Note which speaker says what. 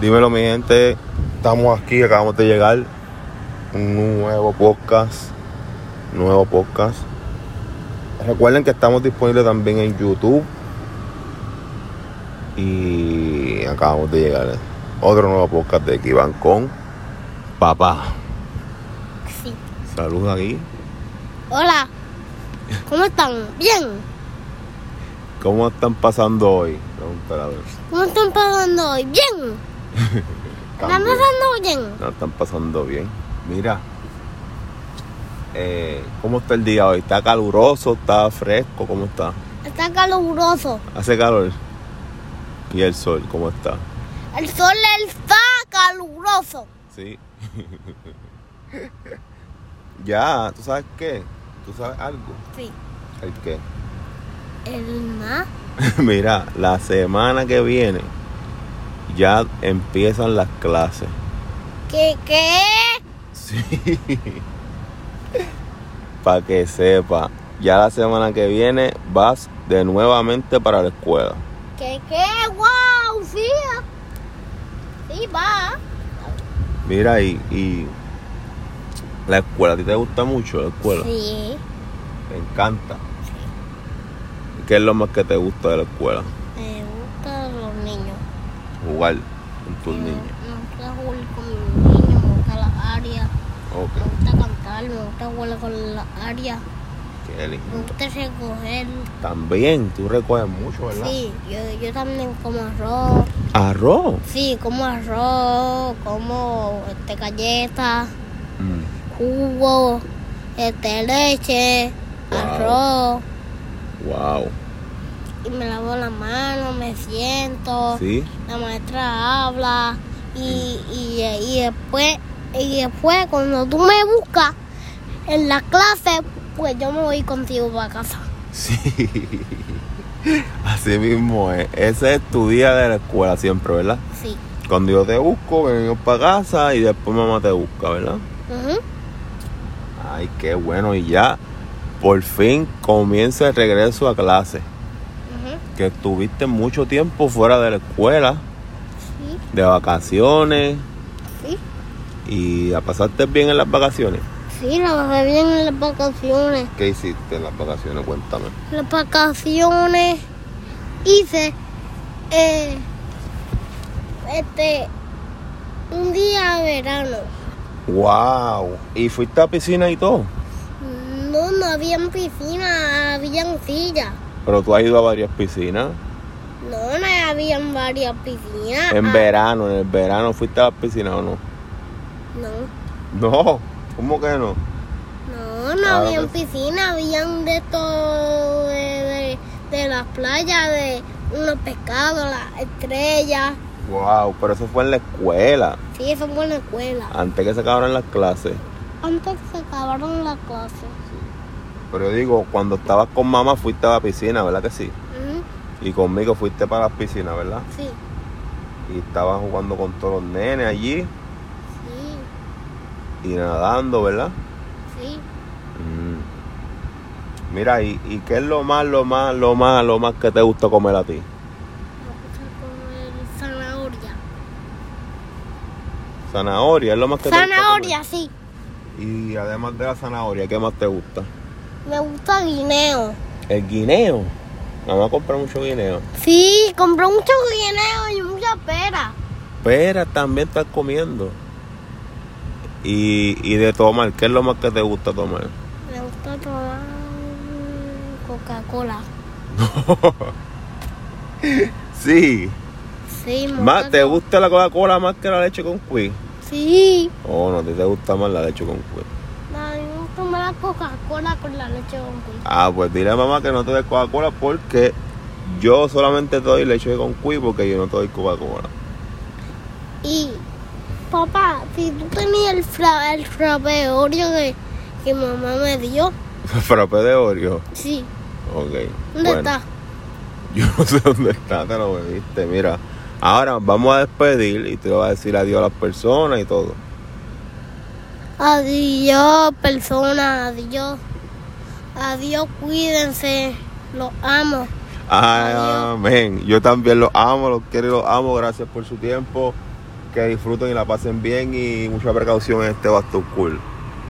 Speaker 1: Dímelo, mi gente. Estamos aquí, acabamos de llegar. Un nuevo podcast. Nuevo podcast. Recuerden que estamos disponibles también en YouTube. Y acabamos de llegar. Otro nuevo podcast de Kivan con papá.
Speaker 2: Sí.
Speaker 1: Saludos aquí.
Speaker 2: Hola. ¿Cómo están? Bien.
Speaker 1: ¿Cómo están pasando hoy? Pregúntale a ver.
Speaker 2: ¿Cómo están pasando hoy? Bien. ¿Están
Speaker 1: Cambio.
Speaker 2: pasando bien?
Speaker 1: No están pasando bien. Mira, eh, ¿cómo está el día hoy? ¿Está caluroso? ¿Está fresco? ¿Cómo está?
Speaker 2: Está caluroso.
Speaker 1: ¿Hace calor? ¿Y el sol? ¿Cómo está?
Speaker 2: El sol está caluroso.
Speaker 1: Sí. ya, ¿tú sabes qué? ¿Tú sabes algo?
Speaker 2: Sí.
Speaker 1: ¿El qué?
Speaker 2: El mar.
Speaker 1: Mira, la semana que viene ya empiezan las clases.
Speaker 2: ¿Qué? ¿Qué?
Speaker 1: Sí. Para que sepa, ya la semana que viene vas de nuevamente para la escuela.
Speaker 2: ¿Qué? ¿Qué? ¡Wow! Sí. Sí, va.
Speaker 1: Mira, y, y la escuela, ¿a ti te gusta mucho la escuela?
Speaker 2: Sí.
Speaker 1: Te encanta. ¿Qué es lo más que te gusta de la escuela?
Speaker 2: Me gustan los niños.
Speaker 1: Jugar con tus
Speaker 2: Me-
Speaker 1: niños.
Speaker 2: Me gusta jugar con mis niños. Me gusta la área. Me
Speaker 1: Ok,
Speaker 2: gusta cantar. Me gusta jugar con la área.
Speaker 1: qué lindo.
Speaker 2: Me gusta recoger.
Speaker 1: También, tú recoges mucho, ¿verdad?
Speaker 2: Sí, yo, yo también como arroz.
Speaker 1: Arroz.
Speaker 2: Sí, como arroz, como este, galletas, Mm. jugo, este, leche,
Speaker 1: Wow.
Speaker 2: arroz.
Speaker 1: Wow.
Speaker 2: Y me lavo la mano, me siento,
Speaker 1: ¿Sí?
Speaker 2: la maestra habla. Y, y, y después, y después cuando tú me buscas en la clase, pues yo me voy contigo para casa.
Speaker 1: Sí. Así mismo es. Ese es tu día de la escuela siempre, ¿verdad?
Speaker 2: Sí.
Speaker 1: Cuando yo te busco, venimos para casa y después mamá te busca, ¿verdad?
Speaker 2: Ujú.
Speaker 1: Ay, qué bueno. Y ya, por fin comienza el regreso a clase.
Speaker 2: Ujú.
Speaker 1: Que estuviste mucho tiempo fuera de la escuela,
Speaker 2: Sí,
Speaker 1: de vacaciones.
Speaker 2: sí.
Speaker 1: Y la pasaste bien en las vacaciones.
Speaker 2: Sí, la pasé bien en las vacaciones.
Speaker 1: ¿Qué hiciste en las vacaciones? Cuéntame.
Speaker 2: las vacaciones hice eh, este un día de verano
Speaker 1: ¡Wow! ¿Y fuiste a piscina y todo?
Speaker 2: no no habían piscina habían sillas
Speaker 1: Pero tú has ido a varias piscinas.
Speaker 2: no no habían varias piscinas
Speaker 1: En
Speaker 2: Ah,
Speaker 1: verano, en el verano fuiste a la piscina o no?
Speaker 2: no
Speaker 1: No, ¿cómo que no?
Speaker 2: no no
Speaker 1: Ah,
Speaker 2: habían
Speaker 1: pues.
Speaker 2: piscina habían de todo de, de- de las playas de unos pescados las estrellas
Speaker 1: Wow, pero eso fue en la escuela,
Speaker 2: sí eso fue en la escuela
Speaker 1: antes que se acabaran las clases.
Speaker 2: antes que se acabaron las clases
Speaker 1: Pero yo digo, cuando estabas con mamá fuiste a la piscina, ¿verdad que sí?
Speaker 2: Ujú,
Speaker 1: Y conmigo fuiste para la piscina, ¿verdad?
Speaker 2: sí
Speaker 1: Y estabas jugando con todos los nenes allí
Speaker 2: sí
Speaker 1: y nadando, ¿verdad?
Speaker 2: Sí,
Speaker 1: Mm. Mira, ¿y, ¿y qué es lo más, lo más, lo más, lo más que te gusta comer a ti?
Speaker 2: me gusta comer zanahoria.
Speaker 1: Zanahoria, es lo más que
Speaker 2: Zanahoria,
Speaker 1: te gusta.
Speaker 2: sí.
Speaker 1: Zanahoria. Y además de la zanahoria, ¿qué más te gusta?
Speaker 2: Me gusta guineo.
Speaker 1: El guineo. Mamá compra mucho guineo.
Speaker 2: Sí, compré mucho guineo y mucha pera.
Speaker 1: Pera también estás comiendo. Y, y de tomar, ¿qué es lo más que te gusta tomar?
Speaker 2: Me gusta tomar Coca-Cola.
Speaker 1: Sí.
Speaker 2: Sí, me
Speaker 1: Más, ¿Te
Speaker 2: gusta.
Speaker 1: gusta la Coca-Cola más que la leche con cuí?
Speaker 2: Sí.
Speaker 1: Oh, no, a ti te gusta más la leche con cuí.
Speaker 2: A mí me gusta tomar la Coca-Cola con la leche con cuy.
Speaker 1: Ah, pues dile a mamá que no te dé Coca-Cola porque yo solamente te doy leche con cuí porque yo no te doy Coca-Cola.
Speaker 2: Y, papá, si tú tenías el, fra el frappe Oreo que, que mamá me dio,
Speaker 1: Frappé de Oreo.
Speaker 2: sí.
Speaker 1: Ok.
Speaker 2: ¿Dónde
Speaker 1: bueno.
Speaker 2: está?
Speaker 1: Yo no sé dónde está, te lo bebiste, mira. Ahora vamos a despedir y te vas a decir adiós a las personas y todo.
Speaker 2: Adiós, personas, adiós. Adiós, cuídense. Los amo.
Speaker 1: Amén. Yo también los amo, los quiero y los amo. Gracias por su tiempo. que disfruten y la pasen bien y mucha precaución en este Bastón Cool.